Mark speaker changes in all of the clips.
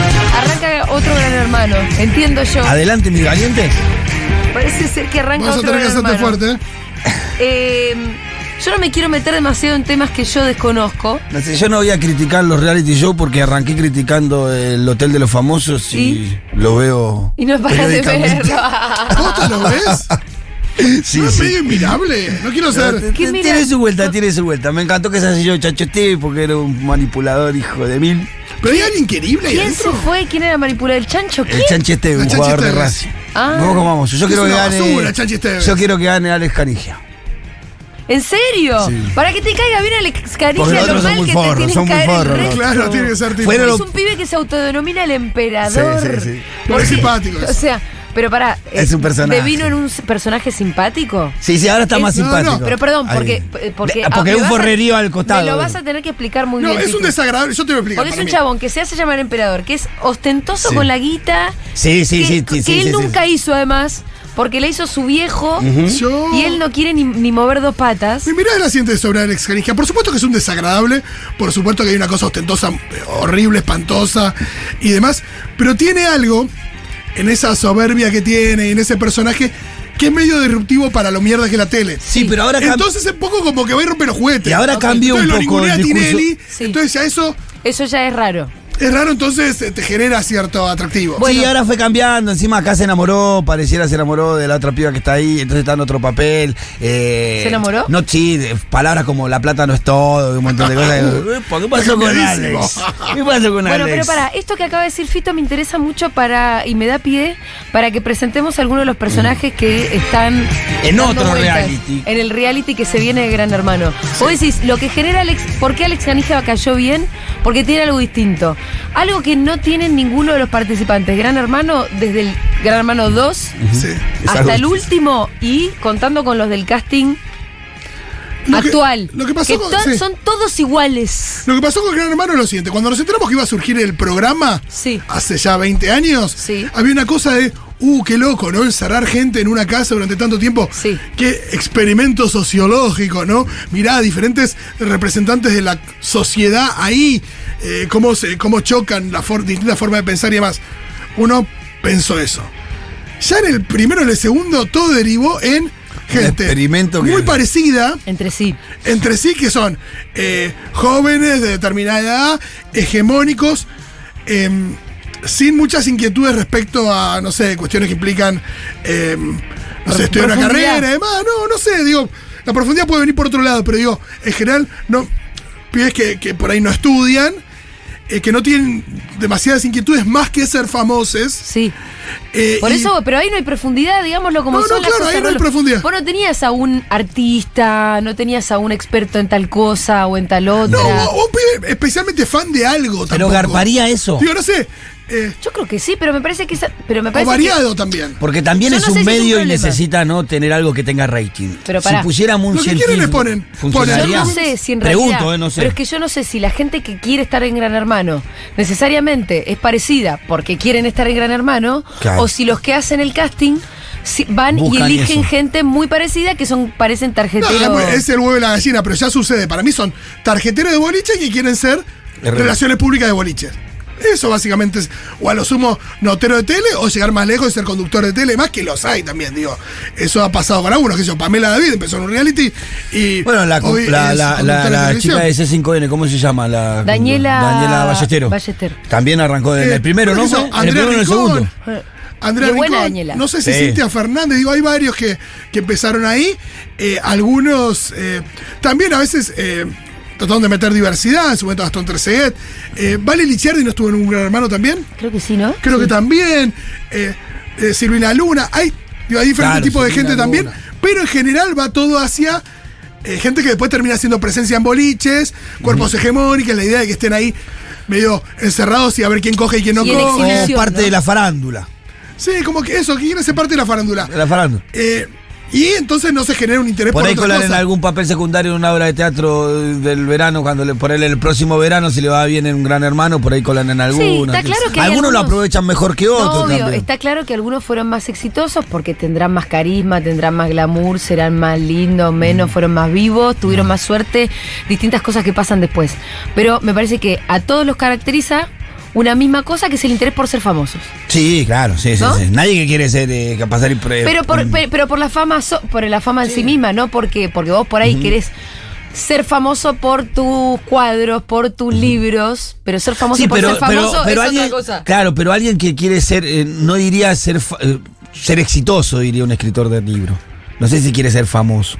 Speaker 1: arranca otro gran hermano, entiendo yo.
Speaker 2: Adelante, mis valientes.
Speaker 1: Parece ser que arranca
Speaker 3: Vas a
Speaker 1: otro
Speaker 3: tener que
Speaker 1: gran
Speaker 3: hacerte
Speaker 1: hermano.
Speaker 3: fuerte. ¿eh?
Speaker 1: Eh, yo no me quiero meter demasiado en temas que yo desconozco.
Speaker 2: No sé, Yo no voy a criticar los reality shows porque arranqué criticando el Hotel de los Famosos y
Speaker 1: ¿Y?
Speaker 2: lo veo.
Speaker 1: Y no paras de
Speaker 2: periódicamente.
Speaker 1: verlo.
Speaker 3: ¿Cómo te lo ves?
Speaker 2: Sí,
Speaker 3: no es
Speaker 2: sí.
Speaker 3: medio inmirable. No quiero ser.
Speaker 1: ¿Qué mira?
Speaker 2: Tiene su vuelta, tiene su vuelta. Me encantó que se haya yo Chacho Steve porque era un manipulador hijo de mil.
Speaker 3: Pero hay alguien querible ahí
Speaker 1: ¿Quién se
Speaker 3: adentro.
Speaker 1: fue? ¿Quién era manipular el chancho? ¿Quién?
Speaker 2: El Chanchi Esteve, un
Speaker 3: El Chanchi
Speaker 2: jugador de
Speaker 3: Esteve.
Speaker 2: Racing.
Speaker 1: Ah.
Speaker 2: ¿Cómo vamos? Yo
Speaker 3: Es
Speaker 2: quiero que
Speaker 3: una
Speaker 2: gane.
Speaker 3: basura, Chanchi Esteve.
Speaker 2: yo quiero que gane Alex Canigia.
Speaker 1: ¿En serio?
Speaker 2: Sí.
Speaker 1: Para que te caiga bien Alex
Speaker 2: Porque
Speaker 1: Caricia,
Speaker 2: los
Speaker 1: lo
Speaker 2: otros son
Speaker 1: mal
Speaker 2: muy
Speaker 1: que
Speaker 2: forros,
Speaker 1: te tienen
Speaker 2: son muy
Speaker 1: que caer el
Speaker 2: forros los
Speaker 1: resto.
Speaker 3: Claro, tiene que ser tipo.
Speaker 2: Fueron
Speaker 1: Es un pibe que se autodenomina el emperador.
Speaker 2: Sí, sí, sí.
Speaker 3: Muy simpático
Speaker 1: O
Speaker 3: es.
Speaker 1: sea, pero para.
Speaker 2: Es un personaje.
Speaker 1: ¿Devino en un s- personaje simpático?
Speaker 2: Sí, sí, ahora está
Speaker 1: Es-
Speaker 2: más
Speaker 1: no, no,
Speaker 2: simpático.
Speaker 1: Pero perdón, porque.
Speaker 2: Ahí.
Speaker 1: eh, Porque,
Speaker 2: Ah, porque
Speaker 1: ah, me
Speaker 2: hay un
Speaker 1: vas a-
Speaker 2: forrerío al costado.
Speaker 1: Me lo vas a tener que explicar muy
Speaker 3: No,
Speaker 1: bien.
Speaker 3: es un
Speaker 1: Tito.
Speaker 3: desagradable. Yo te voy a explicar.
Speaker 1: Porque es
Speaker 3: para
Speaker 1: un
Speaker 3: mí.
Speaker 1: chabón que se hace llamar emperador, que es ostentoso
Speaker 2: Sí.
Speaker 1: con la guita.
Speaker 2: Sí, sí,
Speaker 1: que,
Speaker 2: sí, sí,
Speaker 1: que
Speaker 2: sí,
Speaker 1: él
Speaker 2: sí, sí.
Speaker 1: nunca hizo, además, porque le hizo su viejo
Speaker 3: Yo-
Speaker 1: y él no quiere ni, ni mover dos patas.
Speaker 3: Mi mirada es la siguiente sobre Alex Canigia. Por supuesto que es un desagradable, por supuesto que hay una cosa ostentosa, eh, horrible, espantosa y demás, pero tiene algo en esa soberbia que tiene y en ese personaje que es medio disruptivo para lo mierda que es la tele.
Speaker 2: Sí, pero ahora cam-
Speaker 3: Entonces es poco como que va y rompe los juguetes.
Speaker 2: Y ahora
Speaker 3: Ok.
Speaker 2: cambió un
Speaker 3: Entonces lo
Speaker 2: poco el
Speaker 3: ningunea a
Speaker 2: discurso.
Speaker 3: Tinelli,
Speaker 1: Sí.
Speaker 3: Entonces a eso
Speaker 1: Eso ya es raro.
Speaker 3: es raro, entonces eh, te genera cierto atractivo.
Speaker 2: Sí, ahora fue cambiando, encima acá se enamoró, pareciera se enamoró de la otra piba que está ahí, entonces está en otro papel. eh,
Speaker 1: ¿Se enamoró?
Speaker 2: No, sí, de- palabras como la plata no es todo, y un montón de cosas. Epa, ¿Qué pasó con
Speaker 3: Cambiadísimo.
Speaker 2: Alex? ¿Qué pasó con
Speaker 1: Bueno,
Speaker 2: Alex?
Speaker 1: pero para, esto que acaba de decir Fito me interesa mucho para y me da pie para que presentemos algunos de los personajes que están
Speaker 2: En
Speaker 1: dando
Speaker 2: otro reality.
Speaker 1: En el reality que se viene de Gran Hermano. Vos decís, lo que genera Alex, ¿por qué Alex Canija cayó bien? Porque tiene algo distinto. Algo que no tienen ninguno de los participantes. Gran Hermano, desde el Gran Hermano 2
Speaker 3: Sí.
Speaker 2: Es algo
Speaker 1: hasta el
Speaker 2: distinto.
Speaker 1: último y contando con los del casting
Speaker 3: Lo que-
Speaker 1: actual.
Speaker 3: lo que pasó con-
Speaker 1: to-
Speaker 3: sí.
Speaker 1: son todos iguales.
Speaker 3: Lo que pasó con Gran Hermano es lo siguiente. Cuando nos enteramos que iba a surgir el programa,
Speaker 1: Sí.
Speaker 3: hace ya 20 años,
Speaker 1: Sí.
Speaker 3: había una cosa de, uh, qué loco, ¿no? Encerrar gente en una casa durante tanto tiempo.
Speaker 1: Sí.
Speaker 3: Qué experimento sociológico, ¿no? Mirá, diferentes representantes de la sociedad ahí, eh, cómo, se, cómo chocan la for- distintas formas de pensar y demás. Uno pensó eso. Ya en el primero, en el segundo, todo derivó en gente
Speaker 2: experimento que-
Speaker 3: muy parecida
Speaker 1: Entre sí.
Speaker 3: entre sí que son eh, jóvenes de determinada edad, hegemónicos, em, sin muchas inquietudes respecto a, no sé, cuestiones que implican, em, no sé, estudiar una
Speaker 1: Profundidad.
Speaker 3: carrera, además, no, no sé, digo, la profundidad puede venir por otro lado, pero digo, en general, no, pibes que, que por ahí no estudian, eh, que no tienen demasiadas inquietudes más que ser famosos.
Speaker 1: Sí.
Speaker 3: eh,
Speaker 1: Por
Speaker 3: y-
Speaker 1: eso, pero ahí no hay profundidad, digámoslo como
Speaker 3: No, no,
Speaker 1: son las
Speaker 3: claro,
Speaker 1: cosas,
Speaker 3: ahí no hay
Speaker 1: lo-
Speaker 3: profundidad.
Speaker 1: Vos no tenías a un artista, no tenías a un experto en tal cosa o en tal otra.
Speaker 3: No, o- o un pibe especialmente fan de algo.
Speaker 2: Pero
Speaker 3: tampoco.
Speaker 2: garparía eso.
Speaker 3: Digo, no sé. eh,
Speaker 1: Yo creo que sí, pero me parece que esa- pero me
Speaker 3: o
Speaker 1: parece que-
Speaker 3: variado también.
Speaker 2: Porque también
Speaker 1: Yo
Speaker 2: es
Speaker 1: no sé
Speaker 2: un
Speaker 1: si es un
Speaker 2: medio y
Speaker 1: problema.
Speaker 2: necesita no tener algo que tenga rating.
Speaker 1: Pero
Speaker 2: si
Speaker 1: pará.
Speaker 2: pusiéramos un
Speaker 3: Lo que quieren
Speaker 2: científico,
Speaker 3: es ponen- ponen-
Speaker 1: yo
Speaker 2: funcionaría.
Speaker 1: no sé si en realidad,
Speaker 2: Pregunto, eh, no sé.
Speaker 1: pero es que yo no sé si la gente que quiere estar en Gran Hermano necesariamente es parecida porque quieren estar en Gran Hermano
Speaker 2: Claro.
Speaker 1: o si los que hacen el casting si- van
Speaker 2: Buscan
Speaker 1: y eligen
Speaker 2: eso.
Speaker 1: gente muy parecida que son parecen
Speaker 3: No,
Speaker 1: tarjeteros.
Speaker 3: es el huevo de la gallina, pero ya sucede. Para mí son tarjeteros de boliche que quieren ser
Speaker 2: Es real.
Speaker 3: relaciones públicas de boliche. Eso básicamente es, o a lo sumo, notero de tele, o llegar más lejos y ser conductor de tele, más que los hay también, digo. Eso ha pasado con algunos, que yo, Pamela David empezó en un reality y.
Speaker 2: Bueno, la,
Speaker 3: hoy
Speaker 2: la-
Speaker 3: es
Speaker 2: la- la-
Speaker 3: conductora de
Speaker 2: la
Speaker 3: televisión.
Speaker 2: chica de C5N, ¿cómo se llama? La,
Speaker 1: Daniela-
Speaker 2: Daniela Ballestero.
Speaker 1: Ballester.
Speaker 2: También arrancó en
Speaker 3: Eh,
Speaker 2: el primero,
Speaker 3: por
Speaker 2: ¿no?
Speaker 3: eso,
Speaker 2: fue? En el
Speaker 3: Andrea
Speaker 2: primero o en el
Speaker 3: Rincón.
Speaker 2: segundo.
Speaker 1: Eh,
Speaker 3: Andrea
Speaker 1: Qué buena
Speaker 3: Rincón,
Speaker 1: Daniela.
Speaker 3: no sé si
Speaker 2: Sí.
Speaker 3: Cintia Fernández, digo, hay varios que, que empezaron ahí, eh, algunos eh, también a veces eh, trataron de meter diversidad, en su momento Gastón Terceguet, eh, Vale Licciardi no estuvo en un gran hermano también,
Speaker 1: Creo que sí, ¿no?
Speaker 3: creo que también, eh, eh, Silvina Luna, hay, digo, hay diferentes
Speaker 2: Claro,
Speaker 3: tipos de
Speaker 2: Silvina
Speaker 3: gente también,
Speaker 2: Luna.
Speaker 3: pero en general va todo hacia... eh, gente que después termina haciendo presencia en boliches, cuerpos hegemónicos, la idea de que estén ahí medio encerrados y a ver quién coge y quién no
Speaker 1: Y en
Speaker 3: coge.
Speaker 1: exhibición.
Speaker 2: O
Speaker 1: Nación,
Speaker 2: parte
Speaker 1: ¿no?
Speaker 2: de la farándula.
Speaker 3: Sí, como que eso, que quieren ser parte de la farándula.
Speaker 2: De la farándula.
Speaker 3: Eh, y entonces no se genera un interés por,
Speaker 2: Por ahí
Speaker 3: otras
Speaker 2: colar en
Speaker 3: cosas.
Speaker 2: algún papel secundario en una obra de teatro del verano, cuando le, por él el próximo verano, si le va bien en un gran hermano, por ahí colan en alguno.
Speaker 1: está
Speaker 2: Entonces,
Speaker 1: claro que hay
Speaker 2: algunos lo
Speaker 1: algunos-
Speaker 2: aprovechan mejor que
Speaker 1: No,
Speaker 2: otros
Speaker 1: obvio,
Speaker 2: también.
Speaker 1: está claro que algunos fueron más exitosos porque tendrán más carisma, tendrán más glamour, serán más lindos, menos, fueron más vivos, tuvieron más suerte, distintas cosas que pasan después. Pero me parece que a todos los caracteriza una misma cosa que es el interés por ser famosos.
Speaker 2: Sí, claro, sí, sí,
Speaker 1: ¿No?
Speaker 2: sí. Nadie que quiere ser eh, capaz de ir pre-
Speaker 1: Pero por,
Speaker 2: mm,
Speaker 1: pe- pero por la fama so- por la fama en sí misma, no porque porque vos por ahí querés ser famoso por tus cuadros, por tus libros, pero ser famoso
Speaker 2: sí,
Speaker 1: por
Speaker 2: pero,
Speaker 1: ser famoso
Speaker 2: pero- pero
Speaker 1: es
Speaker 2: alguien,
Speaker 1: otra cosa.
Speaker 2: Claro, pero alguien que quiere ser, eh, no diría ser, fa- eh, ser exitoso, diría un escritor de libro. No sé si quiere ser famoso.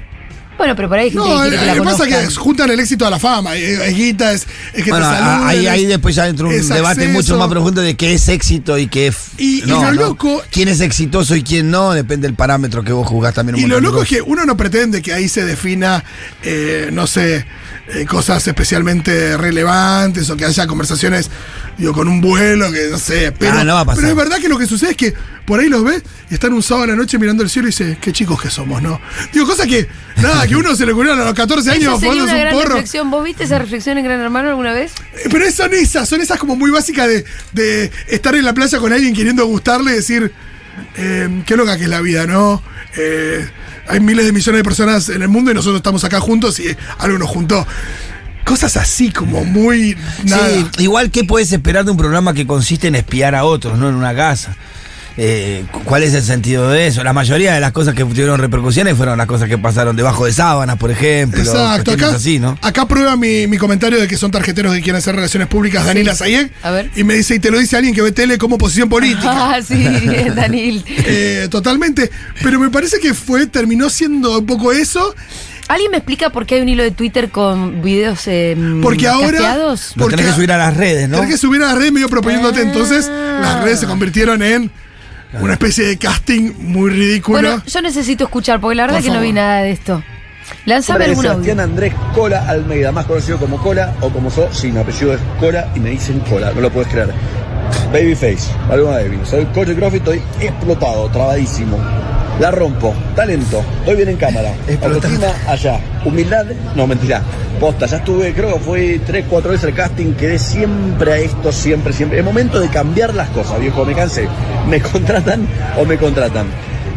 Speaker 1: Bueno, pero por ahí hay gente
Speaker 3: No,
Speaker 1: que
Speaker 3: eh, lo
Speaker 1: quiere que la
Speaker 3: que pasa es
Speaker 1: conozcan.
Speaker 3: que juntan el éxito a la fama. Es, es guita, es, es que
Speaker 2: bueno,
Speaker 3: te
Speaker 2: a-
Speaker 3: saluden,
Speaker 2: ahí,
Speaker 3: es-
Speaker 2: ahí después ya entra un
Speaker 3: es
Speaker 2: debate
Speaker 3: acceso.
Speaker 2: mucho más profundo de qué es éxito y qué es.
Speaker 3: Y- y lo loco-
Speaker 2: Quién es exitoso y quién no, depende del parámetro que vos jugás también. un
Speaker 3: Y lo
Speaker 2: montón de
Speaker 3: loco es
Speaker 2: cosas.
Speaker 3: que uno no pretende que ahí se defina, eh, no sé, eh, cosas especialmente relevantes o que haya conversaciones, digo, con un vuelo, que no sé. Pero,
Speaker 2: Ah, no va a pasar.
Speaker 3: pero es verdad que lo que sucede es que por ahí los ves, y están un sábado a la noche mirando el cielo y dice, qué chicos que somos, ¿no? Digo, cosas que, nada, que uno se le ocurrió a los 14
Speaker 1: Esa
Speaker 3: años
Speaker 1: sería
Speaker 3: fumándose
Speaker 1: una
Speaker 3: un
Speaker 1: gran
Speaker 3: porro.
Speaker 1: reflexión. ¿Vos viste esa reflexión en Gran Hermano alguna vez?
Speaker 3: Eh, Pero son esas, son esas como muy básicas de, de estar en la playa con alguien queriendo gustarle y decir, eh, qué loca que es la vida, ¿no? Eh, hay miles de millones de personas en el mundo y nosotros estamos acá juntos y algo nos juntó. Cosas así como muy... Nada.
Speaker 2: Sí, igual que puedes esperar de un programa que consiste en espiar a otros, no en una casa. Eh, cu- ¿Cuál es el sentido de eso? La mayoría de las cosas que tuvieron repercusiones fueron las cosas que pasaron debajo de sábanas, por ejemplo.
Speaker 3: Exacto,
Speaker 2: cuestiones
Speaker 3: acá,
Speaker 2: así, ¿no?
Speaker 3: acá prueba mi, mi comentario de que son tarjeteros que quieren hacer relaciones públicas, Daniela Sayek.
Speaker 1: A ver.
Speaker 3: Y me dice, y te lo dice alguien que ve tele como posición política.
Speaker 1: Ah, sí, Daniel.
Speaker 3: Eh, totalmente. Pero me parece que fue, terminó siendo un poco eso.
Speaker 1: ¿Alguien me explica por qué hay un hilo de Twitter con videos eh,
Speaker 3: Porque ahora-
Speaker 1: casteados?
Speaker 2: Lo
Speaker 3: porque-
Speaker 2: tenés que subir a las redes, ¿no?
Speaker 3: Tenés que subir a las redes medio proponiéndote. Entonces, las redes
Speaker 1: Ah.
Speaker 3: se convirtieron en una especie de casting muy ridículo.
Speaker 1: Bueno, yo necesito escuchar, porque la verdad
Speaker 3: Por
Speaker 1: que no vi
Speaker 3: favor.
Speaker 1: nada de esto. Lanzame
Speaker 4: Nombre de
Speaker 1: algún
Speaker 4: Sebastián
Speaker 1: audio.
Speaker 4: Andrés Cola Almeida, más conocido como Cola o como yo, sin apellido es Cola y me dicen Cola, no lo puedes creer. Babyface, alguna Baby. Soy coche Croft y estoy explotado, trabadísimo. La rompo, talento, doy bien en cámara. Autoestima allá, humildad, no mentira. Posta, ya estuve, creo que fue 3, 4 veces el casting, quedé siempre a esto, siempre, siempre. Es momento de cambiar las cosas, viejo, me cansé. ¿Me contratan o me contratan?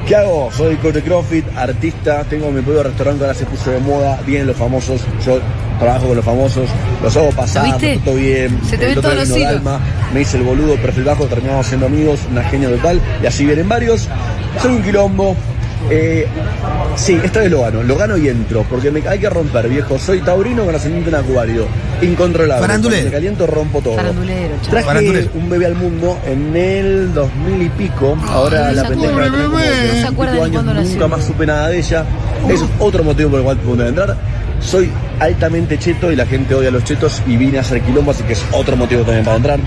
Speaker 4: ¿Qué hago? Soy Coach Crawford, artista, tengo mi propio restaurante, ahora se puso de moda, vienen los famosos, yo trabajo con los famosos, los hago pasar,
Speaker 1: ¿Viste?
Speaker 4: me porto bien,
Speaker 1: Se te ven
Speaker 4: el otro
Speaker 1: todos
Speaker 4: día
Speaker 1: los
Speaker 4: vino
Speaker 1: hilos.
Speaker 4: Dalma, me hice el boludo, perfil bajo, terminamos siendo amigos, una genio total, y así vienen varios, soy un quilombo, eh, sí, esta vez lo gano, lo gano y entro, porque me, hay que romper, viejo, soy taurino con ascendente en acuario, incontrolable,
Speaker 2: Farandulero.
Speaker 4: Cuando me caliento rompo todo.
Speaker 1: Farandulero, chao.
Speaker 4: Traje
Speaker 2: Farandulero.
Speaker 4: un bebé al mundo en el 2000 y pico, ahora
Speaker 1: no
Speaker 4: la
Speaker 1: se
Speaker 4: pendeja
Speaker 1: acuerda,
Speaker 4: de como
Speaker 3: bebé.
Speaker 4: 20
Speaker 3: No se
Speaker 1: acuerda
Speaker 4: pico
Speaker 1: ni cuándo
Speaker 4: años,
Speaker 1: nació.
Speaker 4: Nunca más supe nada de ella. Eso es otro motivo por el cual pude entrar. Soy altamente cheto y la gente odia a los chetos y vine a hacer quilombo, así que es otro motivo también para entrar.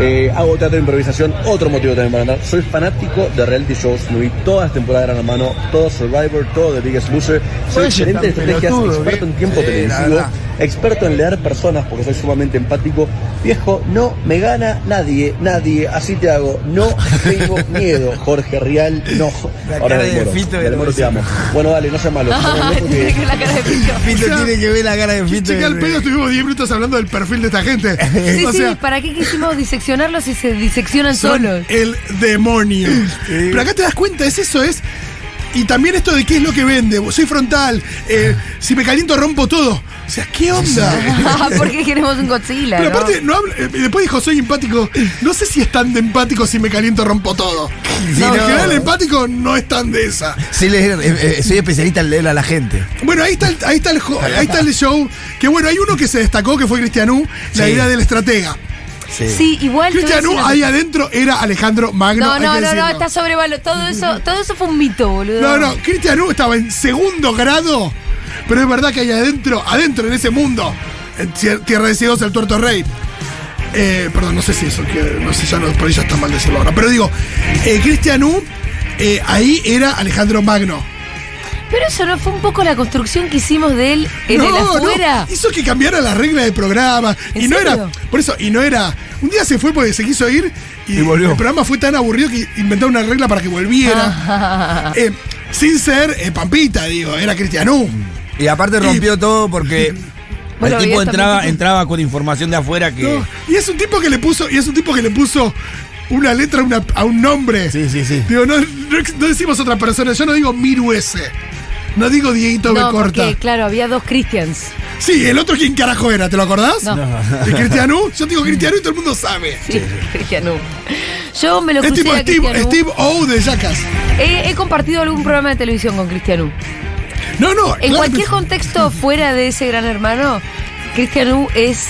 Speaker 4: Eh, hago teatro de improvisación, otro motivo también para entrar. Soy fanático de reality shows, me vi todas las temporadas de Gran Hermano, todo Survivor, todo The Biggest Loser. Soy
Speaker 3: Oye,
Speaker 4: excelente
Speaker 3: tan
Speaker 4: en estrategias,
Speaker 3: pelotudo,
Speaker 4: experto en
Speaker 3: ¿viste?
Speaker 4: tiempo
Speaker 3: Sí, la
Speaker 4: televisivo,
Speaker 3: verdad.
Speaker 4: experto en leer personas porque soy sumamente empático. Viejo, no me gana nadie, nadie, así te hago. No tengo miedo, Jorge Rial, no.
Speaker 2: La
Speaker 4: Ahora
Speaker 2: cara
Speaker 4: del
Speaker 2: de
Speaker 4: Moro,
Speaker 2: Fito de
Speaker 4: del Moro te
Speaker 2: Luisito.
Speaker 4: amo. Bueno, dale, no seas malo.
Speaker 1: Ah,
Speaker 4: Porque-
Speaker 1: tiene que la cara de Pico.
Speaker 2: Fito
Speaker 3: O sea,
Speaker 2: tiene que ver la cara de Fito.
Speaker 3: Chica, al pedo estuvimos 10 minutos hablando del perfil de esta gente.
Speaker 1: Sí,
Speaker 3: Eh, o
Speaker 1: sí,
Speaker 3: sea,
Speaker 1: ¿para qué quisimos diseccionarlos si se diseccionan
Speaker 3: son eh,
Speaker 1: solos?
Speaker 3: el demonio. Pero acá te das cuenta, es eso, es... Y también esto de qué es lo que vende. Soy frontal, eh, si me caliento rompo todo. O sea, ¿qué onda?
Speaker 1: Ah, porque queremos un Godzilla,
Speaker 3: Pero
Speaker 1: ¿no?
Speaker 3: aparte, no habla- eh, después dijo, soy empático. No sé si es tan de empático si me caliento rompo todo.
Speaker 2: Sí,
Speaker 3: en
Speaker 2: no.
Speaker 3: general, el empático no es tan de esa.
Speaker 2: Sé leer, eh, eh, soy especialista en leer a la gente.
Speaker 3: Bueno, ahí está, el, ahí, está el, jo- ahí está el show. Que bueno, hay uno que se destacó, que fue Cristianú, la
Speaker 2: Sí.
Speaker 3: idea del estratega.
Speaker 1: Sí, igual... te voy a decir
Speaker 3: Cristianú
Speaker 1: una
Speaker 3: ahí
Speaker 1: cosa.
Speaker 3: adentro era Alejandro Magno.
Speaker 1: No, no,
Speaker 3: hay
Speaker 1: no,
Speaker 3: que
Speaker 1: no,
Speaker 3: decirlo.
Speaker 1: está sobrevalorado. Todo eso, todo eso fue un mito, boludo.
Speaker 3: No, no, Cristianú estaba en segundo grado, pero es verdad que ahí adentro, adentro en ese mundo, en Tier- Tierra de Ciegos, el Tuerto Rey. Eh, perdón, no sé si eso, que no sé, ya no, por ahí ya está mal decirlo ahora. Pero digo, eh, Cristianú, eh, ahí era Alejandro Magno.
Speaker 1: Pero eso no fue un poco la construcción que hicimos de él en el afuera.
Speaker 3: hizo que cambiara la regla del programa.
Speaker 1: ¿En
Speaker 3: y no
Speaker 1: serio?
Speaker 3: era. Por eso, y no era. Un día se fue porque se quiso ir y,
Speaker 2: Y volvió.
Speaker 3: el programa fue tan aburrido que inventaron una regla para que
Speaker 1: Ah.
Speaker 3: volviera. Eh, sin ser eh, Pampita, digo, era Cristianú.
Speaker 2: Y aparte rompió todo porque
Speaker 1: Bueno,
Speaker 2: el tipo
Speaker 1: evidentemente
Speaker 2: entraba,
Speaker 1: sí.
Speaker 2: entraba con información de afuera que.
Speaker 3: No, y es un tipo que le puso, y es un tipo que le puso una letra a, una- a un nombre.
Speaker 2: Sí, sí, sí.
Speaker 3: Digo, no, no ex- no decimos otra persona, yo no digo Miru ese. No digo Dieguito
Speaker 1: No,
Speaker 3: Becorta.
Speaker 1: porque, claro, había dos Christians.
Speaker 3: Sí, el otro quién carajo era, ¿te lo acordás?
Speaker 1: No.
Speaker 3: ¿De Cristianú? Yo digo Cristianú y todo el mundo sabe.
Speaker 1: Sí, Cristianú. Yo me lo
Speaker 3: Es
Speaker 1: crucé
Speaker 3: tipo
Speaker 1: a
Speaker 3: Steve,
Speaker 1: Cristianú.
Speaker 3: Steve O de Jackass.
Speaker 1: He, he compartido algún programa de televisión con Cristianú.
Speaker 3: No, no.
Speaker 1: En
Speaker 3: claro,
Speaker 1: cualquier
Speaker 3: pero-
Speaker 1: contexto fuera de ese gran hermano, Cristianú es.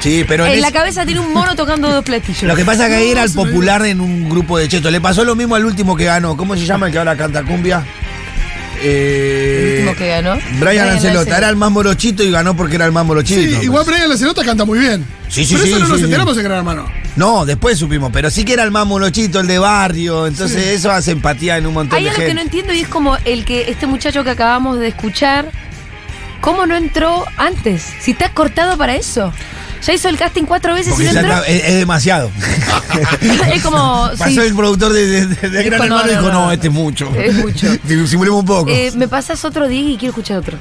Speaker 2: Sí, pero en
Speaker 1: En la
Speaker 2: ese-
Speaker 1: cabeza tiene un mono tocando dos platillos.
Speaker 2: lo que pasa es que ahí era el
Speaker 3: se me
Speaker 2: popular en un grupo de chetos. Le pasó lo mismo al último que ganó. ¿Cómo se llama el que ahora canta cumbia? Eh,
Speaker 1: último que ganó. Brian
Speaker 2: Brian Ancelota.
Speaker 1: Lancelot.
Speaker 2: Era el más morochito y ganó porque era el más morochito.
Speaker 3: Sí, igual Brian Lancelota canta muy bien.
Speaker 2: Sí, sí,
Speaker 3: Pero
Speaker 2: sí,
Speaker 3: eso no
Speaker 2: sí,
Speaker 3: nos
Speaker 2: sí.
Speaker 3: enteramos en Gran Hermano.
Speaker 2: No, después supimos, pero sí que era el más morochito, el de barrio. Entonces eso hace empatía en un montón
Speaker 1: Hay
Speaker 2: de
Speaker 1: algo
Speaker 2: gente.
Speaker 1: que no entiendo y es como el que este muchacho que acabamos de escuchar, ¿cómo no entró antes? Si está cortado para eso. Ya hizo el casting cuatro veces y
Speaker 2: Porque
Speaker 1: no
Speaker 2: ya
Speaker 1: entró.
Speaker 2: está- es, es demasiado.
Speaker 1: es como. sí.
Speaker 2: Pasó el productor de, de- de- de
Speaker 1: Dijo,
Speaker 2: Gran
Speaker 1: no,
Speaker 2: Hermano y
Speaker 1: no,
Speaker 2: dijo,
Speaker 1: no,
Speaker 2: no,
Speaker 1: no.
Speaker 2: este es mucho.
Speaker 1: Es mucho.
Speaker 2: Simulemos un poco.
Speaker 1: Eh, me pasas otro día y quiero escuchar otro.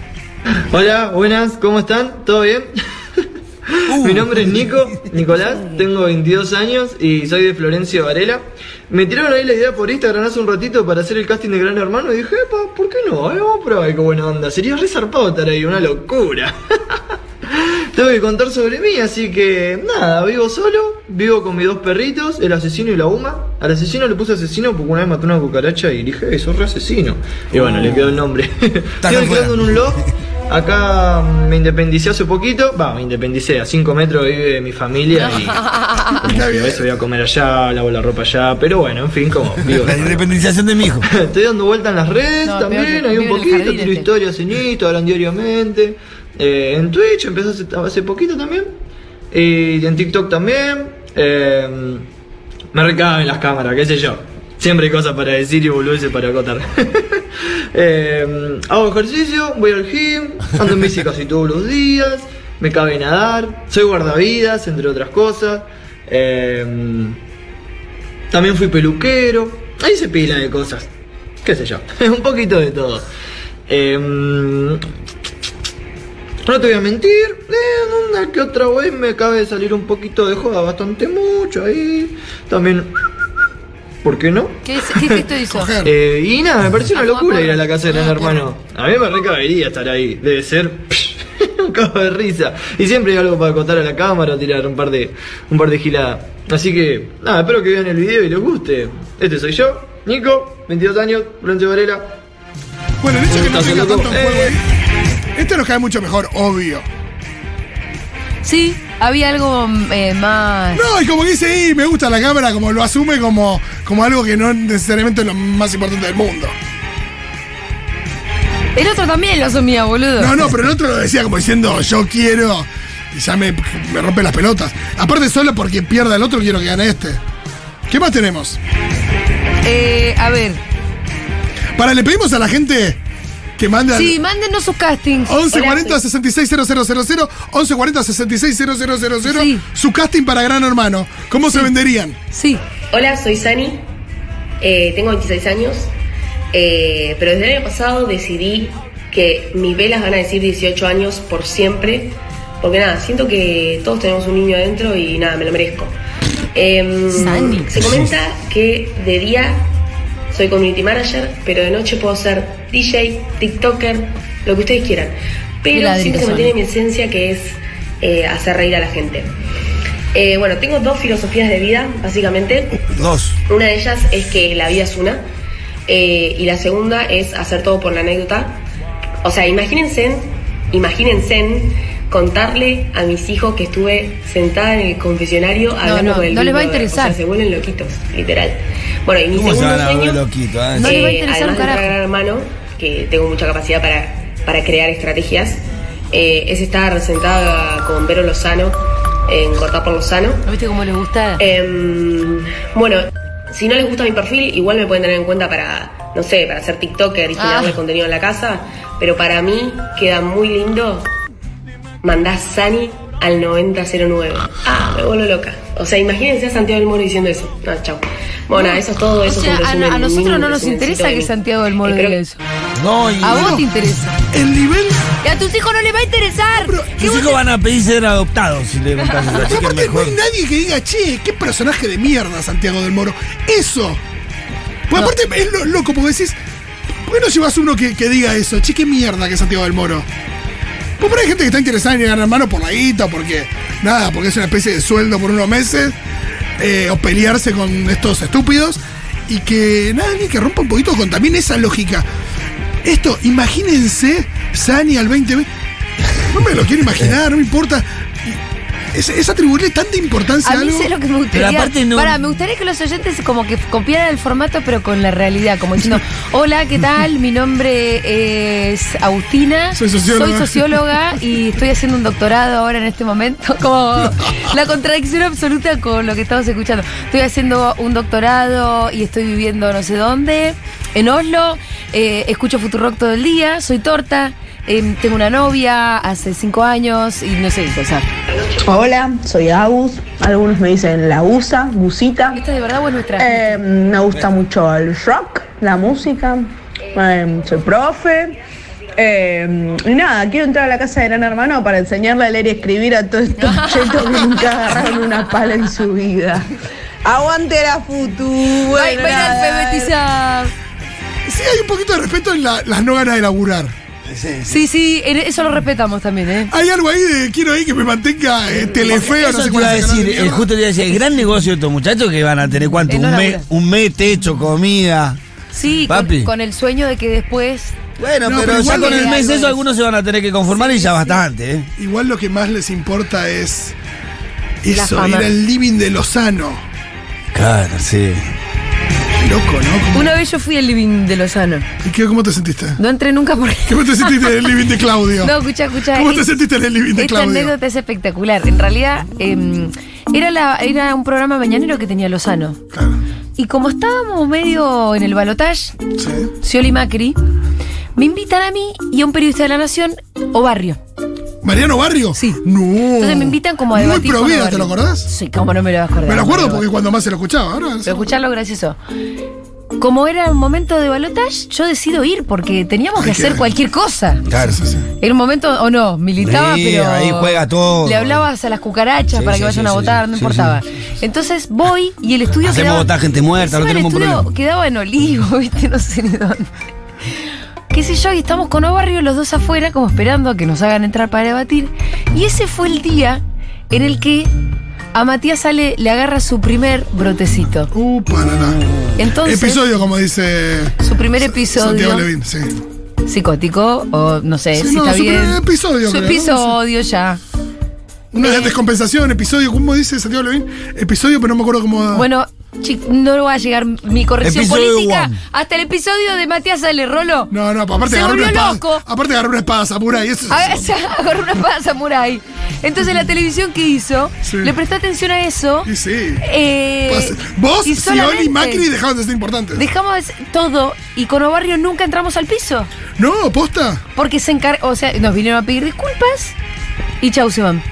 Speaker 5: Hola, buenas, ¿cómo están? ¿Todo bien? Mi nombre es Nico, Nicolás, tengo 22 años y soy de Florencio Varela. Me tiraron ahí la idea por Instagram hace un ratito para hacer el casting de Gran Hermano y dije, "Epa, ¿por qué no? Eh, vamos a probar, qué buena onda. Sería re zarpado estar ahí, una locura. Tengo que contar sobre mí, así que nada, vivo solo, vivo con mis dos perritos, el asesino y la UMA. Al asesino le puse asesino porque una vez mató una cucaracha y dije, eso es re asesino. Y bueno, le quedó el nombre. Estoy
Speaker 2: afuera.
Speaker 5: alquilando en un loft. Acá mm, me independicé hace poquito. Va, me independicé. A 5 metros vive mi familia y.
Speaker 1: Ah.
Speaker 5: como que a veces voy a comer allá, lavo la ropa allá. Pero bueno, en fin, como vivo.
Speaker 2: La independización de mi hijo.
Speaker 5: Estoy dando vuelta en las redes
Speaker 1: No, peor
Speaker 5: también,
Speaker 1: que
Speaker 5: hay
Speaker 1: vive en el
Speaker 5: un poquito,
Speaker 1: jardín
Speaker 5: tiro
Speaker 1: este.
Speaker 5: historias en Instagram diariamente. eh, en Twitch empezó hace, hace poquito también. Y en TikTok también. eh, me recaben las cámaras, qué sé yo. Siempre hay cosas para decir y boludeces para acotar. Eh, hago ejercicio, voy al gym, ando en bici casi todos los días, me cabe nadar, soy guardavidas, entre otras cosas. Eh, también fui peluquero. Ahí se pila de cosas. Qué sé yo. Un poquito de todo. Em, no te voy a mentir. eh, una que otra vez me acaba de salir un poquito de joda. Bastante mucho ahí. También... ¿Por qué no?
Speaker 1: ¿Qué, es- qué gesto hizo?
Speaker 3: Coger.
Speaker 5: Eh, y nada, me pareció una
Speaker 1: Ah,
Speaker 5: locura
Speaker 1: porra.
Speaker 5: ir a la casa de Gran
Speaker 1: Ah,
Speaker 5: hermano. A mí me recabería estar ahí. Debe ser un cago de risa. Y siempre hay algo para contar a la cámara, tirar un par de un par de giladas. Así que, nada, espero que vean el video y les guste. Este soy yo, Nico, 22 años, Florencio Varela.
Speaker 3: Bueno, el hecho de que no
Speaker 5: Está
Speaker 3: tenga
Speaker 5: saludo.
Speaker 3: tanto juego
Speaker 2: Eh.
Speaker 3: ahí. Este nos cae mucho mejor, obvio.
Speaker 1: Sí, había algo mm, eh, más.
Speaker 3: No, y como que dice, "Y, me gusta la cámara, como lo asume como, como algo que no necesariamente es lo más importante del mundo.
Speaker 1: El otro también lo asumía, boludo.
Speaker 3: No, no, pero el otro lo decía como diciendo, yo quiero. Y ya me, me rompe las pelotas. Aparte, solo porque pierda el otro, quiero que gane este. ¿Qué más tenemos?
Speaker 1: Eh, a ver.
Speaker 3: Para, le pedimos a la gente que mande al
Speaker 1: Sí, mándenos sus castings.
Speaker 3: 1140 660000 1140 660000
Speaker 1: Sí.
Speaker 3: su casting para Gran Hermano. ¿Cómo se venderían?
Speaker 1: Sí.
Speaker 6: Hola, soy Sani, eh, tengo 26 años, eh, pero desde el año pasado decidí que mis velas van a decir 18 años por siempre, porque nada, siento que todos tenemos un niño adentro y nada, me lo merezco. Em,
Speaker 1: Sani.
Speaker 6: Se comenta que de día soy community manager, pero de noche puedo ser DJ, TikToker, lo que ustedes quieran. Pero
Speaker 1: Milagro,
Speaker 6: siempre se
Speaker 1: Sani.
Speaker 6: mantiene mi esencia que es eh, hacer reír a la gente. Eh, bueno, tengo dos filosofías de vida, básicamente.
Speaker 2: Dos.
Speaker 6: Una de ellas es que la vida es una. eh, y la segunda es hacer todo por la anécdota. O sea, imagínense, imagínense contarle a mis hijos que estuve sentada en el confesionario hablando
Speaker 1: no,
Speaker 6: con el
Speaker 1: no les va a
Speaker 6: Big Brother.
Speaker 1: interesar.
Speaker 6: O sea, se vuelven loquitos, literal. Bueno, y mi
Speaker 2: ¿Cómo se
Speaker 6: segundo
Speaker 2: van a volver
Speaker 6: sueño,
Speaker 2: loquitos, ah?
Speaker 1: No les va a
Speaker 6: eh,
Speaker 1: interesar un
Speaker 6: además de
Speaker 1: carajo.
Speaker 6: ser gran hermano, que tengo mucha capacidad para, para crear estrategias, eh, es estar sentada con Vero Lozano en Cortar por Lozano.
Speaker 1: ¿No viste cómo le gusta?
Speaker 6: Eh, Em, bueno, si no les gusta mi perfil, igual me pueden tener en cuenta para, no sé, para ser TikToker y generar
Speaker 1: Ah.
Speaker 6: contenido en la casa. Pero para mí queda muy lindo mandar Sani al 9009. Ah, me vuelvo loca. O sea, imagínense a Santiago del Moro diciendo eso. No, chau. Bueno, nada, eso es todo. Eso
Speaker 1: O
Speaker 6: es
Speaker 1: sea,
Speaker 6: un
Speaker 1: a-
Speaker 6: resumen,
Speaker 1: a,
Speaker 6: un
Speaker 1: nosotros
Speaker 6: mínimo
Speaker 1: no nos
Speaker 6: resumencito
Speaker 1: interesa
Speaker 6: de Eh,
Speaker 1: que
Speaker 6: mí.
Speaker 1: Santiago del Moro
Speaker 6: Espero
Speaker 1: diga eso.
Speaker 2: No, y
Speaker 1: A vos
Speaker 3: no.
Speaker 1: te interesa.
Speaker 3: El nivel.
Speaker 1: Y a tus hijos no les va a interesar. ¿Qué
Speaker 2: tus
Speaker 1: vos-
Speaker 2: hijos van a pedir ser adoptados si le contás eso, así que
Speaker 3: Aparte, no
Speaker 2: mejor.
Speaker 3: hay nadie que diga, che, qué personaje de mierda Santiago del Moro. Eso. Pues aparte, es lo- loco, porque decís, ¿por qué no llevas uno que, que diga eso? Che, qué mierda que es Santiago del Moro. Pues por ahí hay gente que está interesada en ganar mano por la guita, porque nada, porque es una especie de sueldo por unos meses, eh, o pelearse con estos estúpidos, y que nada, alguien que rompa un poquito con también esa lógica. Esto, imagínense Sani al 2020. No me lo quiero imaginar, no me importa. Y Es, es atribuirle tanta importancia
Speaker 1: A
Speaker 3: a,
Speaker 1: mí
Speaker 3: algo.
Speaker 1: sé lo que me gustaría.
Speaker 7: Pero aparte no-
Speaker 1: Pará, me gustaría que los oyentes como que copiaran el formato, pero con la realidad, como diciendo, hola, ¿qué tal? Mi nombre es Agustina.
Speaker 3: Soy socióloga."
Speaker 1: Soy socióloga y estoy haciendo un doctorado ahora en este momento. Como la contradicción absoluta con lo que estamos escuchando. Estoy haciendo un doctorado y estoy viviendo no sé dónde, en Oslo. Eh, escucho Futurock todo el día, soy torta. em, tengo una novia hace cinco años y no sé, o sea,
Speaker 8: Hola, soy Agus. Algunos me dicen la USA, Gusita.
Speaker 1: ¿esta es de verdad o es nuestra?
Speaker 8: Eh, me gusta mucho el rock, la música. Eh, soy profe. Eh, y nada, quiero entrar a la casa de Gran Hermano para enseñarle a leer y escribir a todos estos chetos que nunca agarraron una pala en su vida. Aguante la futu.
Speaker 1: Ay,
Speaker 8: Bueno,
Speaker 1: va a ir a
Speaker 8: nada.
Speaker 1: alfabetizar.
Speaker 3: Sí, hay un poquito de respeto en la- las no ganas de laburar.
Speaker 1: Sí, sí, en- eso lo respetamos también, ¿eh?
Speaker 3: Hay algo ahí de quiero ahí que me mantenga eh, telefeo,
Speaker 2: Eso
Speaker 3: no sé
Speaker 2: te iba a
Speaker 3: cuál es el canal
Speaker 2: decir,
Speaker 3: de
Speaker 2: eh,
Speaker 3: mierda.
Speaker 2: justo te iba a decir, el gran negocio de estos muchachos que van a tener cuánto,
Speaker 1: Eh, no
Speaker 2: un, mes,
Speaker 1: laburan.
Speaker 2: un mes, techo, comida.
Speaker 1: Sí, con-
Speaker 2: Papi.
Speaker 1: Con, el sueño de que después.
Speaker 2: Bueno,
Speaker 3: No,
Speaker 2: pero,
Speaker 3: pero
Speaker 2: ya
Speaker 3: igual
Speaker 2: con
Speaker 3: tiene
Speaker 2: el mes
Speaker 1: algo
Speaker 2: eso
Speaker 1: de-
Speaker 2: algunos se van a tener que conformar y ya bastante, ¿eh?
Speaker 3: Igual lo que más les importa es
Speaker 1: La
Speaker 3: eso,
Speaker 1: fama.
Speaker 3: ir al living de Lozano.
Speaker 2: Claro, sí.
Speaker 3: Loco, ¿no?
Speaker 1: Una vez yo fui al living de Lozano.
Speaker 3: ¿Y qué, cómo te sentiste?
Speaker 1: No entré nunca porque.
Speaker 3: ¿Cómo te sentiste en el living de Claudio?
Speaker 1: No, escucha, escucha.
Speaker 3: ¿Cómo te sentiste en el living de
Speaker 1: Esta
Speaker 3: Claudio?
Speaker 1: anécdota es espectacular. En realidad, eh, era, la, era un programa mañanero que tenía Lozano.
Speaker 3: Claro,
Speaker 1: Y como estábamos medio en el balotage,
Speaker 3: sí.
Speaker 1: Scioli Macri, me invitan a mí y a un periodista de la Nación o Barrio.
Speaker 3: ¿Mariano Barrio?
Speaker 1: Sí.
Speaker 3: No.
Speaker 1: Entonces me invitan como a debatir.
Speaker 3: Uh, Muy
Speaker 1: con
Speaker 3: provida, ¿te
Speaker 1: Barrio.
Speaker 3: lo acordás?
Speaker 1: Sí, cómo no me lo vas a acordar.
Speaker 3: Me lo acuerdo
Speaker 1: Pero-
Speaker 3: porque cuando más se lo escuchaba. Ahora,
Speaker 1: Pero escucharlo gracioso. Como era un momento de balotage, yo decido ir porque teníamos que
Speaker 3: Hay que-
Speaker 1: hacer cualquier cosa.
Speaker 2: Claro.
Speaker 3: Sí, sí, sí.
Speaker 1: Era un momento, o no, militaba,
Speaker 2: Sí,
Speaker 1: pero.
Speaker 2: ahí juega todo.
Speaker 1: Le hablabas a las cucarachas
Speaker 2: Sí,
Speaker 1: para
Speaker 2: sí,
Speaker 1: que vayan
Speaker 2: sí,
Speaker 1: a
Speaker 2: sí,
Speaker 1: votar, no
Speaker 2: sí,
Speaker 1: importaba. Entonces voy y el estudio
Speaker 2: Hacemos
Speaker 1: quedaba.
Speaker 2: votar gente muerta, no
Speaker 1: Encima el
Speaker 2: tenemos
Speaker 1: estudio
Speaker 2: problema.
Speaker 1: Quedaba en olivo, viste, no sé ni dónde. Qué sé yo, y estamos con Obarrio los dos afuera, como esperando a que nos hagan entrar para debatir. Y ese fue el día en el que a Matías Sale le agarra su primer brotecito.
Speaker 3: Uh, parará.
Speaker 1: Entonces,
Speaker 3: Episodio, como dice
Speaker 1: su primer
Speaker 3: Santiago
Speaker 1: episodio
Speaker 3: Levin, sí.
Speaker 1: psicótico, o no sé
Speaker 3: Sí,
Speaker 1: si
Speaker 3: no,
Speaker 1: está
Speaker 3: su
Speaker 1: bien.
Speaker 3: primer episodio,
Speaker 1: Su
Speaker 3: creo, ¿no?
Speaker 1: episodio ya.
Speaker 3: Una
Speaker 1: Eh.
Speaker 3: descompensación, episodio, ¿cómo dice Santiago Levin? Episodio, pero no me acuerdo cómo.
Speaker 1: Bueno, chi- no va a llegar mi corrección
Speaker 2: Episodio
Speaker 1: política
Speaker 2: one.
Speaker 1: hasta el episodio de Matías Ale Rolo.
Speaker 3: No, no, aparte
Speaker 1: Se
Speaker 3: agarró una
Speaker 1: volvió
Speaker 3: espada.
Speaker 1: loco.
Speaker 3: Aparte agarró una espada samurai. Eso es-
Speaker 1: A- se agarró una espada samurái. Entonces la televisión que hizo,
Speaker 3: Sí.
Speaker 1: le prestó atención a eso.
Speaker 3: Y sí.
Speaker 1: eh,
Speaker 3: Pase. Vos,
Speaker 1: y
Speaker 3: Scioli y
Speaker 1: solamente
Speaker 3: Macri dejaron de ser importantes.
Speaker 1: Dejamos todo y con Obarrio nunca entramos al piso.
Speaker 3: no, posta.
Speaker 1: Porque se encarga, o sea, nos vinieron a pedir disculpas y chau se van.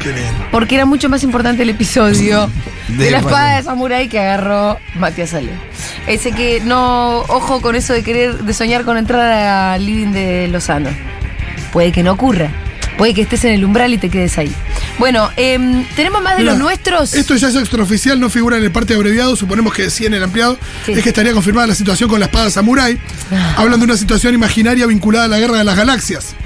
Speaker 3: Qué bien.
Speaker 1: Porque era mucho más importante el episodio de,
Speaker 2: De
Speaker 1: la
Speaker 2: Matías.
Speaker 1: espada de samurái que agarró Matías Ale. Ese que no, ojo con eso de querer, de soñar con entrar al living de Lozano. Puede que no ocurra. Puede que estés en el umbral y te quedes ahí. Bueno, em, tenemos más de
Speaker 3: Mirá,
Speaker 1: los nuestros.
Speaker 3: Esto ya es extraoficial, no figura en el parte abreviado, suponemos que sí en el ampliado.
Speaker 1: Sí. Ah.
Speaker 3: Es que estaría confirmada la situación con la espada samurái. Hablan de una situación imaginaria vinculada a la guerra de las galaxias.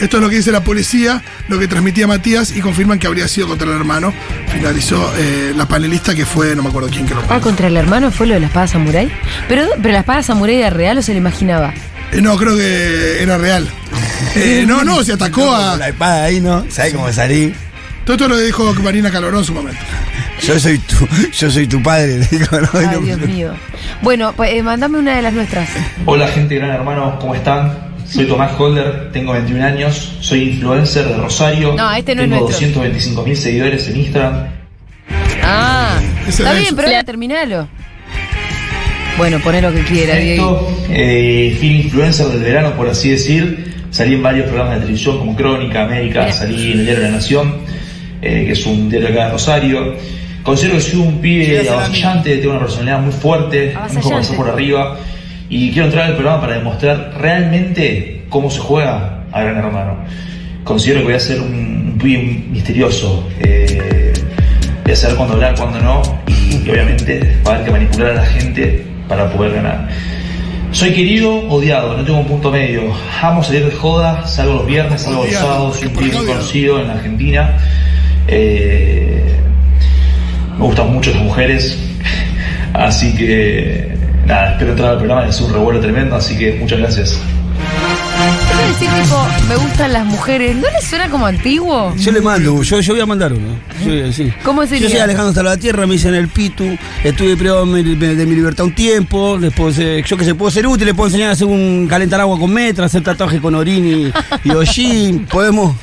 Speaker 3: Esto es lo que dice la policía, lo que transmitía Matías y confirman que habría sido contra el hermano. Finalizó eh, la panelista que fue, no me acuerdo quién que lo
Speaker 1: Ah, contra el hermano fue lo de la espada samurái. Pero, pero la espada samurái era real o se lo imaginaba.
Speaker 3: Eh, no, creo que era real. Eh, no, no, se atacó a.
Speaker 2: Con Ah, la espada ahí, ¿no? ¿Sabes cómo salí?
Speaker 3: Todo esto lo dijo Marina Calorón en su momento.
Speaker 2: Yo soy tu, yo soy tu padre, le digo, ¿no? Y
Speaker 1: Ay,
Speaker 2: no-
Speaker 1: Dios mío. Bueno, pues eh, mandame una de las nuestras.
Speaker 9: Hola gente de Gran Hermano, ¿cómo están? Soy Tomás Holder, tengo 21 años, soy influencer de Rosario,
Speaker 1: No, este no es
Speaker 9: tengo
Speaker 1: nuestro.
Speaker 9: 225 mil seguidores en Instagram.
Speaker 1: Ah,
Speaker 3: Ese
Speaker 1: está
Speaker 3: es.
Speaker 1: bien, pero ahora terminalo. Bueno, poné lo que quiera, Diego.
Speaker 9: Esto, eh, fui influencer del verano, por así decir, salí en varios programas de televisión como Crónica, América,
Speaker 1: Mirá.
Speaker 9: salí en el diario de la Nación, eh, que es un diario acá de Rosario. Considero que soy un pibe avasallante, tengo una personalidad muy fuerte,
Speaker 1: Avasallante.
Speaker 9: nunca me pasó por arriba, y quiero entrar al programa para demostrar realmente cómo se juega a Gran Hermano. Considero que voy a ser un, un pibe misterioso, eh, voy a saber cuándo hablar, cuándo no, y, y obviamente va a haber que manipular a la gente para poder ganar. Soy querido, odiado, no tengo un punto medio. Amo salir de joda, salgo los viernes, salgo los
Speaker 3: Odiado,
Speaker 9: sábados, soy un
Speaker 3: ¿por qué
Speaker 9: pibe muy
Speaker 3: odiado?
Speaker 9: conocido en Argentina. Eh, me gustan mucho las mujeres, así que nada, espero entrar al programa, es un revuelo tremendo, así que muchas gracias.
Speaker 1: Eso decir, tipo, me gustan las mujeres, ¿no les suena como antiguo?
Speaker 2: Yo le mando, yo, yo voy a mandar uno. ¿Eh? Yo, sí.
Speaker 1: ¿Cómo
Speaker 2: Yo
Speaker 1: sería?
Speaker 2: soy Alejandro hasta la Tierra, me dicen el Pitu, estuve privado de mi- de mi libertad un tiempo, les puedo ser- yo que sé, puedo ser útil, les puedo enseñar a hacer un calentar agua con metra, hacer tatuajes con Orini y Ojin, podemos...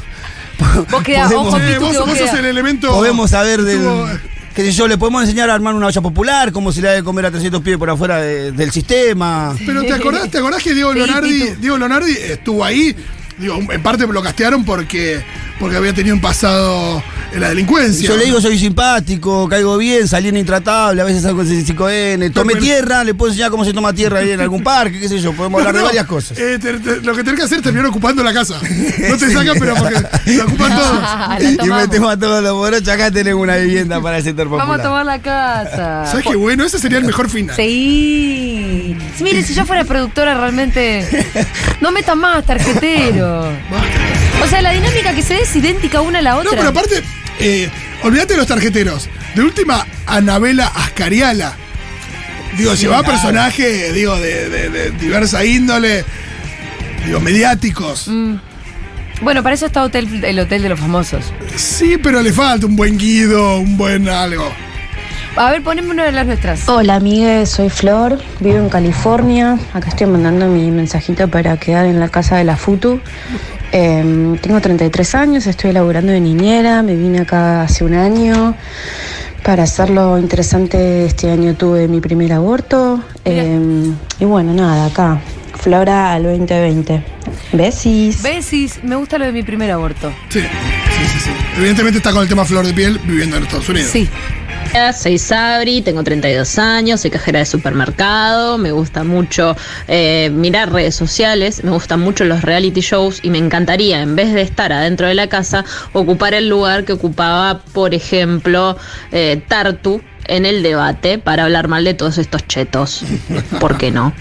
Speaker 1: Vos quedá, ojo,
Speaker 3: Eh,
Speaker 1: Pitu,
Speaker 3: vos,
Speaker 1: que vos
Speaker 3: vos sos
Speaker 1: quedás.
Speaker 3: el elemento.
Speaker 2: podemos saber del.
Speaker 3: Estuvo-
Speaker 2: qué sé yo, le podemos enseñar a armar una olla popular, cómo se le ha de comer a 300 pies por afuera de- del sistema.
Speaker 3: Pero ¿te acordás, te acordás que Diego
Speaker 1: Sí,
Speaker 3: Leonardi,
Speaker 1: Pitu.
Speaker 3: Diego Leonardi estuvo ahí? Digo, en parte lo castearon porque, porque había tenido un pasado en la delincuencia.
Speaker 2: Yo le digo, soy simpático, caigo bien, salí en intratable, a veces salgo en 5N, tomé
Speaker 3: Pero-
Speaker 2: tierra, le puedo enseñar cómo se toma tierra ahí en algún parque, qué sé yo, podemos hablar de
Speaker 3: No,
Speaker 2: varias cosas.
Speaker 3: eh, te- te- lo que tenés que hacer es terminar ocupando la casa. No te sacan, pero porque la ocupan todos.
Speaker 1: Ah, la
Speaker 2: y
Speaker 1: tomamos.
Speaker 2: metemos a todos los morochos, acá tenemos una vivienda para el sector popular.
Speaker 1: Vamos a tomar la casa.
Speaker 3: ¿Sabes qué bueno? Ese sería el mejor final.
Speaker 1: Sí. Sí, Mire, si yo fuera productora realmente. No metan más, tarjetero. O sea, la dinámica que se dé es idéntica una a la
Speaker 3: No,
Speaker 1: otra.
Speaker 3: pero aparte, eh, olvídate de los tarjeteros. De última, Anabela Ascariala. Digo, llevaba personajes, digo, de, de- de diversa índole, digo, mediáticos.
Speaker 1: Mm. Bueno, para eso está hotel, el Hotel de los Famosos.
Speaker 3: Sí, pero le falta un buen guido, un buen algo.
Speaker 1: A ver, poneme una de las nuestras.
Speaker 6: Hola amigues, soy Flor, vivo en California, acá estoy mandando mi mensajito para quedar en la casa de la FUTU. Em, tengo 33 años, estoy laburando de niñera, me vine acá hace un año. Para hacerlo interesante, este año tuve mi primer aborto.
Speaker 1: Mira.
Speaker 6: Em, y bueno, nada, acá, Flora al 2020. Besis.
Speaker 1: Besis, me gusta lo de mi primer aborto.
Speaker 3: Sí, sí, sí, sí. Evidentemente está con el tema flor de piel viviendo en Estados Unidos.
Speaker 1: Sí.
Speaker 8: Hola, Soy Sabri, tengo 32 años, soy cajera de supermercado, me gusta mucho eh, mirar redes sociales, me gustan mucho los reality shows y me encantaría, en vez de estar adentro de la casa, ocupar el lugar que ocupaba, por ejemplo, eh, Tartu en el debate para hablar mal de todos estos chetos. ¿Por qué no?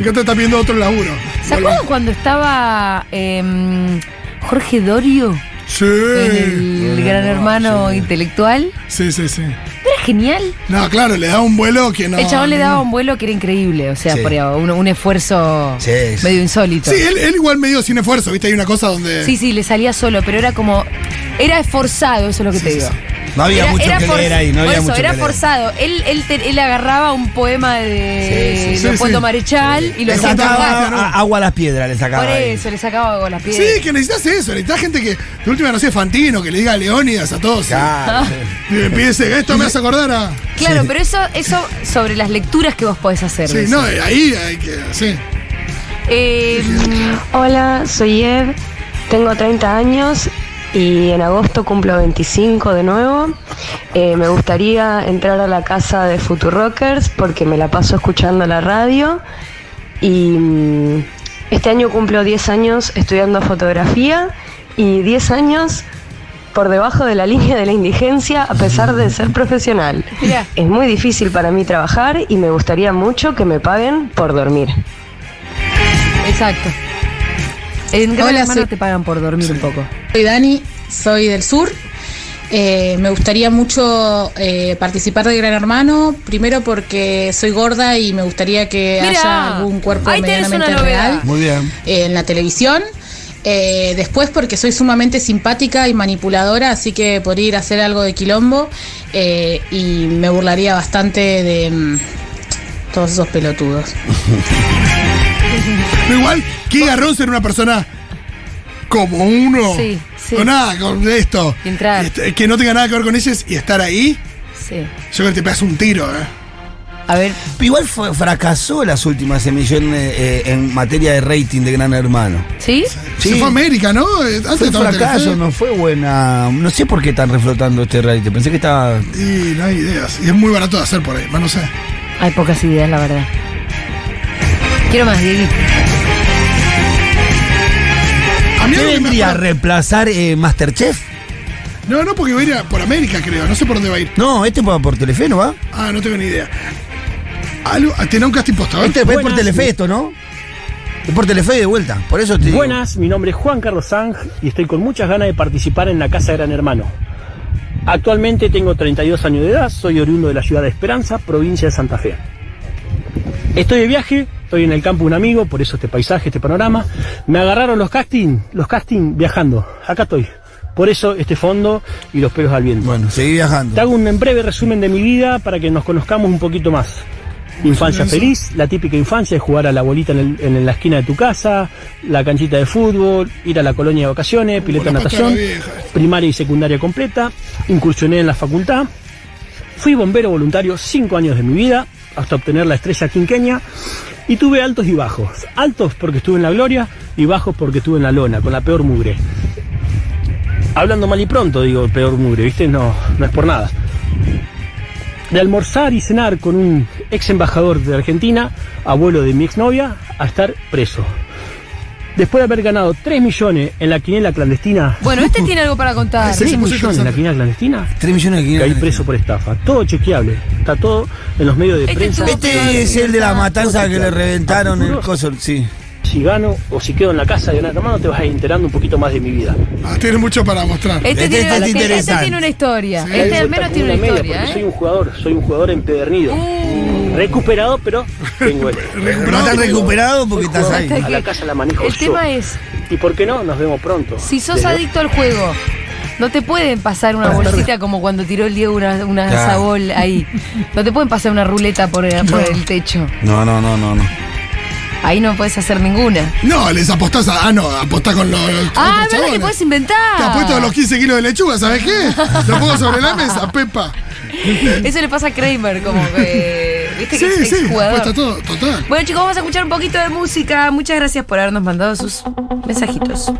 Speaker 3: Acá te está viendo otro laburo.
Speaker 1: ¿Se acuerdan cuando estaba em, Jorge Dorio
Speaker 3: Sí.
Speaker 1: en el gran hermano intelectual?
Speaker 3: Sí, sí, sí.
Speaker 1: ¿No era genial?
Speaker 3: No, claro, le da un vuelo que no.
Speaker 1: el chabón le daba un vuelo que era increíble, o sea,
Speaker 2: Sí.
Speaker 1: por ahí, un, un esfuerzo
Speaker 2: Sí, sí.
Speaker 1: medio insólito.
Speaker 3: Sí, él, él igual medio sin esfuerzo, ¿viste? Hay una cosa donde.
Speaker 1: Sí, sí, le salía solo, pero era como. Era esforzado, eso es lo que te digo.
Speaker 2: No había
Speaker 1: era,
Speaker 2: mucho que
Speaker 1: for-
Speaker 2: leer ahí, no
Speaker 1: por
Speaker 2: había
Speaker 1: eso,
Speaker 2: mucho
Speaker 1: era
Speaker 2: que leer.
Speaker 1: forzado. Él, él, te- él agarraba un poema de
Speaker 3: Sí, sí, sí,
Speaker 1: Leopoldo
Speaker 3: sí.
Speaker 1: Marechal y lo
Speaker 2: Le
Speaker 1: hacía
Speaker 2: sacaba
Speaker 1: cantar.
Speaker 2: a- agua a las piedras, le sacaba.
Speaker 1: Por
Speaker 2: ahí.
Speaker 1: eso, le sacaba con las piedras.
Speaker 3: Sí, que necesitas eso, necesitas gente que, de última, no sé, Fantino, que le diga a Leónidas a todos.
Speaker 2: Claro.
Speaker 3: Y le pide, esto me hace acordar a.
Speaker 1: claro, pero eso, eso sobre las lecturas que vos podés hacer.
Speaker 3: Sí, no, eh, ahí hay que. Sí.
Speaker 1: Eh,
Speaker 6: Hola, soy Ev, tengo 30 años y en agosto cumplo 25 de nuevo. Eh, me gustaría entrar a la casa de Futurockers porque me la paso escuchando la radio y mm, este año cumplo 10 años estudiando fotografía y 10 años por debajo de la línea de la indigencia a pesar de ser profesional.
Speaker 1: Mirá.
Speaker 6: Es muy difícil para mí trabajar y me gustaría mucho que me paguen por dormir.
Speaker 1: exacto. En Gran
Speaker 10: Hola,
Speaker 1: Hermano
Speaker 10: soy-
Speaker 1: te pagan por dormir un poco.
Speaker 10: Soy Dani, soy del sur. Eh, me gustaría mucho eh, participar de Gran Hermano, primero porque soy gorda y me gustaría que
Speaker 1: Mirá,
Speaker 10: haya algún cuerpo
Speaker 1: ahí tenés
Speaker 10: medianamente
Speaker 1: una novedad.
Speaker 10: real
Speaker 2: Muy bien.
Speaker 10: eh, en la televisión. Eh, después porque soy sumamente simpática y manipuladora, así que por ir a hacer algo de quilombo eh, y me burlaría bastante de mm, todos esos pelotudos.
Speaker 3: Pero igual, qué garrón ser una persona como uno.
Speaker 1: Sí, sí.
Speaker 3: Con nada, con esto.
Speaker 1: Y entrar.
Speaker 3: Y est- que no tenga nada que ver con ellos y estar ahí.
Speaker 1: Sí.
Speaker 3: Yo creo que te pegas un tiro, ¿eh?
Speaker 1: A ver,
Speaker 2: Igual fue- fracasó las últimas emisiones eh, en materia de rating de Gran Hermano.
Speaker 1: ¿sí?
Speaker 3: Se fue a América, ¿no? Eh, Antes
Speaker 2: Fue un
Speaker 3: estaba en
Speaker 2: fracaso,
Speaker 3: Telefe.
Speaker 2: no fue buena. No sé por qué están reflotando este reality. Pensé que estaba.
Speaker 3: Y no hay ideas. Y es muy barato de hacer por ahí, más no sé.
Speaker 1: Hay pocas ideas, la verdad. Quiero más, Diego.
Speaker 3: A mí
Speaker 2: ¿Qué
Speaker 3: algo que me
Speaker 2: vendría a
Speaker 3: acuerdo-
Speaker 2: reemplazar eh, Masterchef?
Speaker 3: No, no, porque va a ir a- por América, creo. No sé por dónde va a ir.
Speaker 2: No, este va por Telefe, ¿no va?
Speaker 3: Ah, no tengo ni idea. algo, tenía un casting postador.
Speaker 2: Este después es por
Speaker 4: Buenas.
Speaker 2: Telefe esto, ¿no? Es por Telefe de vuelta. Por eso te digo.
Speaker 4: Buenas, mi nombre es Juan Carlos Sanz y estoy con muchas ganas de participar en la Casa Gran Hermano. Actualmente tengo 32 años de edad, soy oriundo de la ciudad de Esperanza, provincia de Santa Fe. Estoy de viaje, estoy en el campo de un amigo, por eso este paisaje, este panorama. Me agarraron los casting, los casting viajando. Acá estoy. Por eso este fondo y los pelos al viento.
Speaker 2: Bueno, seguí
Speaker 4: Te
Speaker 2: viajando.
Speaker 4: hago un breve resumen de mi vida para que nos conozcamos un poquito más. Infancia feliz, la típica infancia de jugar a la bolita en, el- en la esquina de tu casa, la canchita de fútbol, ir a la colonia de vacaciones, pileta de
Speaker 3: la patada
Speaker 4: natación,
Speaker 3: vieja.
Speaker 4: primaria y secundaria completa, incursioné en la facultad, fui bombero voluntario cinco años de mi vida hasta obtener la estrella quinqueña y tuve altos y bajos. Altos porque estuve en la gloria y bajos porque estuve en la lona, con la peor mugre. Hablando mal y pronto, digo, peor mugre, ¿viste? No, no es por nada. De almorzar y cenar con un ex embajador de Argentina, abuelo de mi exnovia, a estar preso. Después de haber ganado 3 millones en la quiniela clandestina,
Speaker 1: Bueno, este tiene algo para contar.
Speaker 3: Sí.
Speaker 4: 3
Speaker 3: se puso
Speaker 4: millones en la
Speaker 3: interesante.
Speaker 4: quiniela clandestina,
Speaker 2: 3 millones de
Speaker 4: caí
Speaker 2: quinientos.
Speaker 4: preso por estafa. Todo chequeable, está todo en los medios de
Speaker 1: Este
Speaker 4: prensa.
Speaker 1: estuvo
Speaker 2: Este es el de
Speaker 4: Ah,
Speaker 2: la matanza que le reventaron el
Speaker 4: Arturo.
Speaker 2: coso. Sí.
Speaker 4: Si
Speaker 9: Eh,
Speaker 4: gano o si quedo en la casa de una hermano, te vas a ir enterando un poquito más de mi vida.
Speaker 3: Ah, tiene mucho para mostrar.
Speaker 1: Este,
Speaker 2: Este
Speaker 1: tiene,
Speaker 2: está
Speaker 1: este
Speaker 2: interesante.
Speaker 1: tiene una historia.
Speaker 3: Sí.
Speaker 4: Me
Speaker 1: Este
Speaker 4: doy
Speaker 1: al
Speaker 4: vuelta
Speaker 1: menos
Speaker 4: como
Speaker 1: tiene una
Speaker 4: media,
Speaker 1: historia,
Speaker 4: porque Soy
Speaker 1: ¿eh? Uh,
Speaker 4: un jugador, soy un jugador empedernido. Recuperado, pero tengo esto.
Speaker 2: No tan recuperado porque estás ahí.
Speaker 4: A la casa la manejo
Speaker 1: El
Speaker 4: yo.
Speaker 1: tema es,
Speaker 4: ¿Y por qué no? Nos vemos pronto.
Speaker 1: si sos
Speaker 4: Desde-
Speaker 1: adicto al juego, no te pueden pasar una bolsita como cuando tiró el Diego una, una
Speaker 2: Claro.
Speaker 1: sabol ahí. No te pueden pasar una ruleta por el, por el techo.
Speaker 2: No, no, no, no. no.
Speaker 1: Ahí no puedes hacer ninguna.
Speaker 3: No, les apostás a. Ah, no, apostás con los. con
Speaker 1: Ah,
Speaker 3: los
Speaker 1: es verdad que
Speaker 3: chabones.
Speaker 1: puedes inventar.
Speaker 3: Te apuesto a los 15 kilos de lechuga, ¿sabes qué? Lo pongo sobre la mesa, Pepa.
Speaker 1: Eso le pasa a Kramer, como que. ¿Viste
Speaker 3: Sí,
Speaker 1: que es
Speaker 3: sí,
Speaker 1: exjugador?
Speaker 3: apuesta todo, total.
Speaker 1: Bueno, chicos, vamos a escuchar un poquito de música. Muchas gracias por habernos mandado sus mensajitos.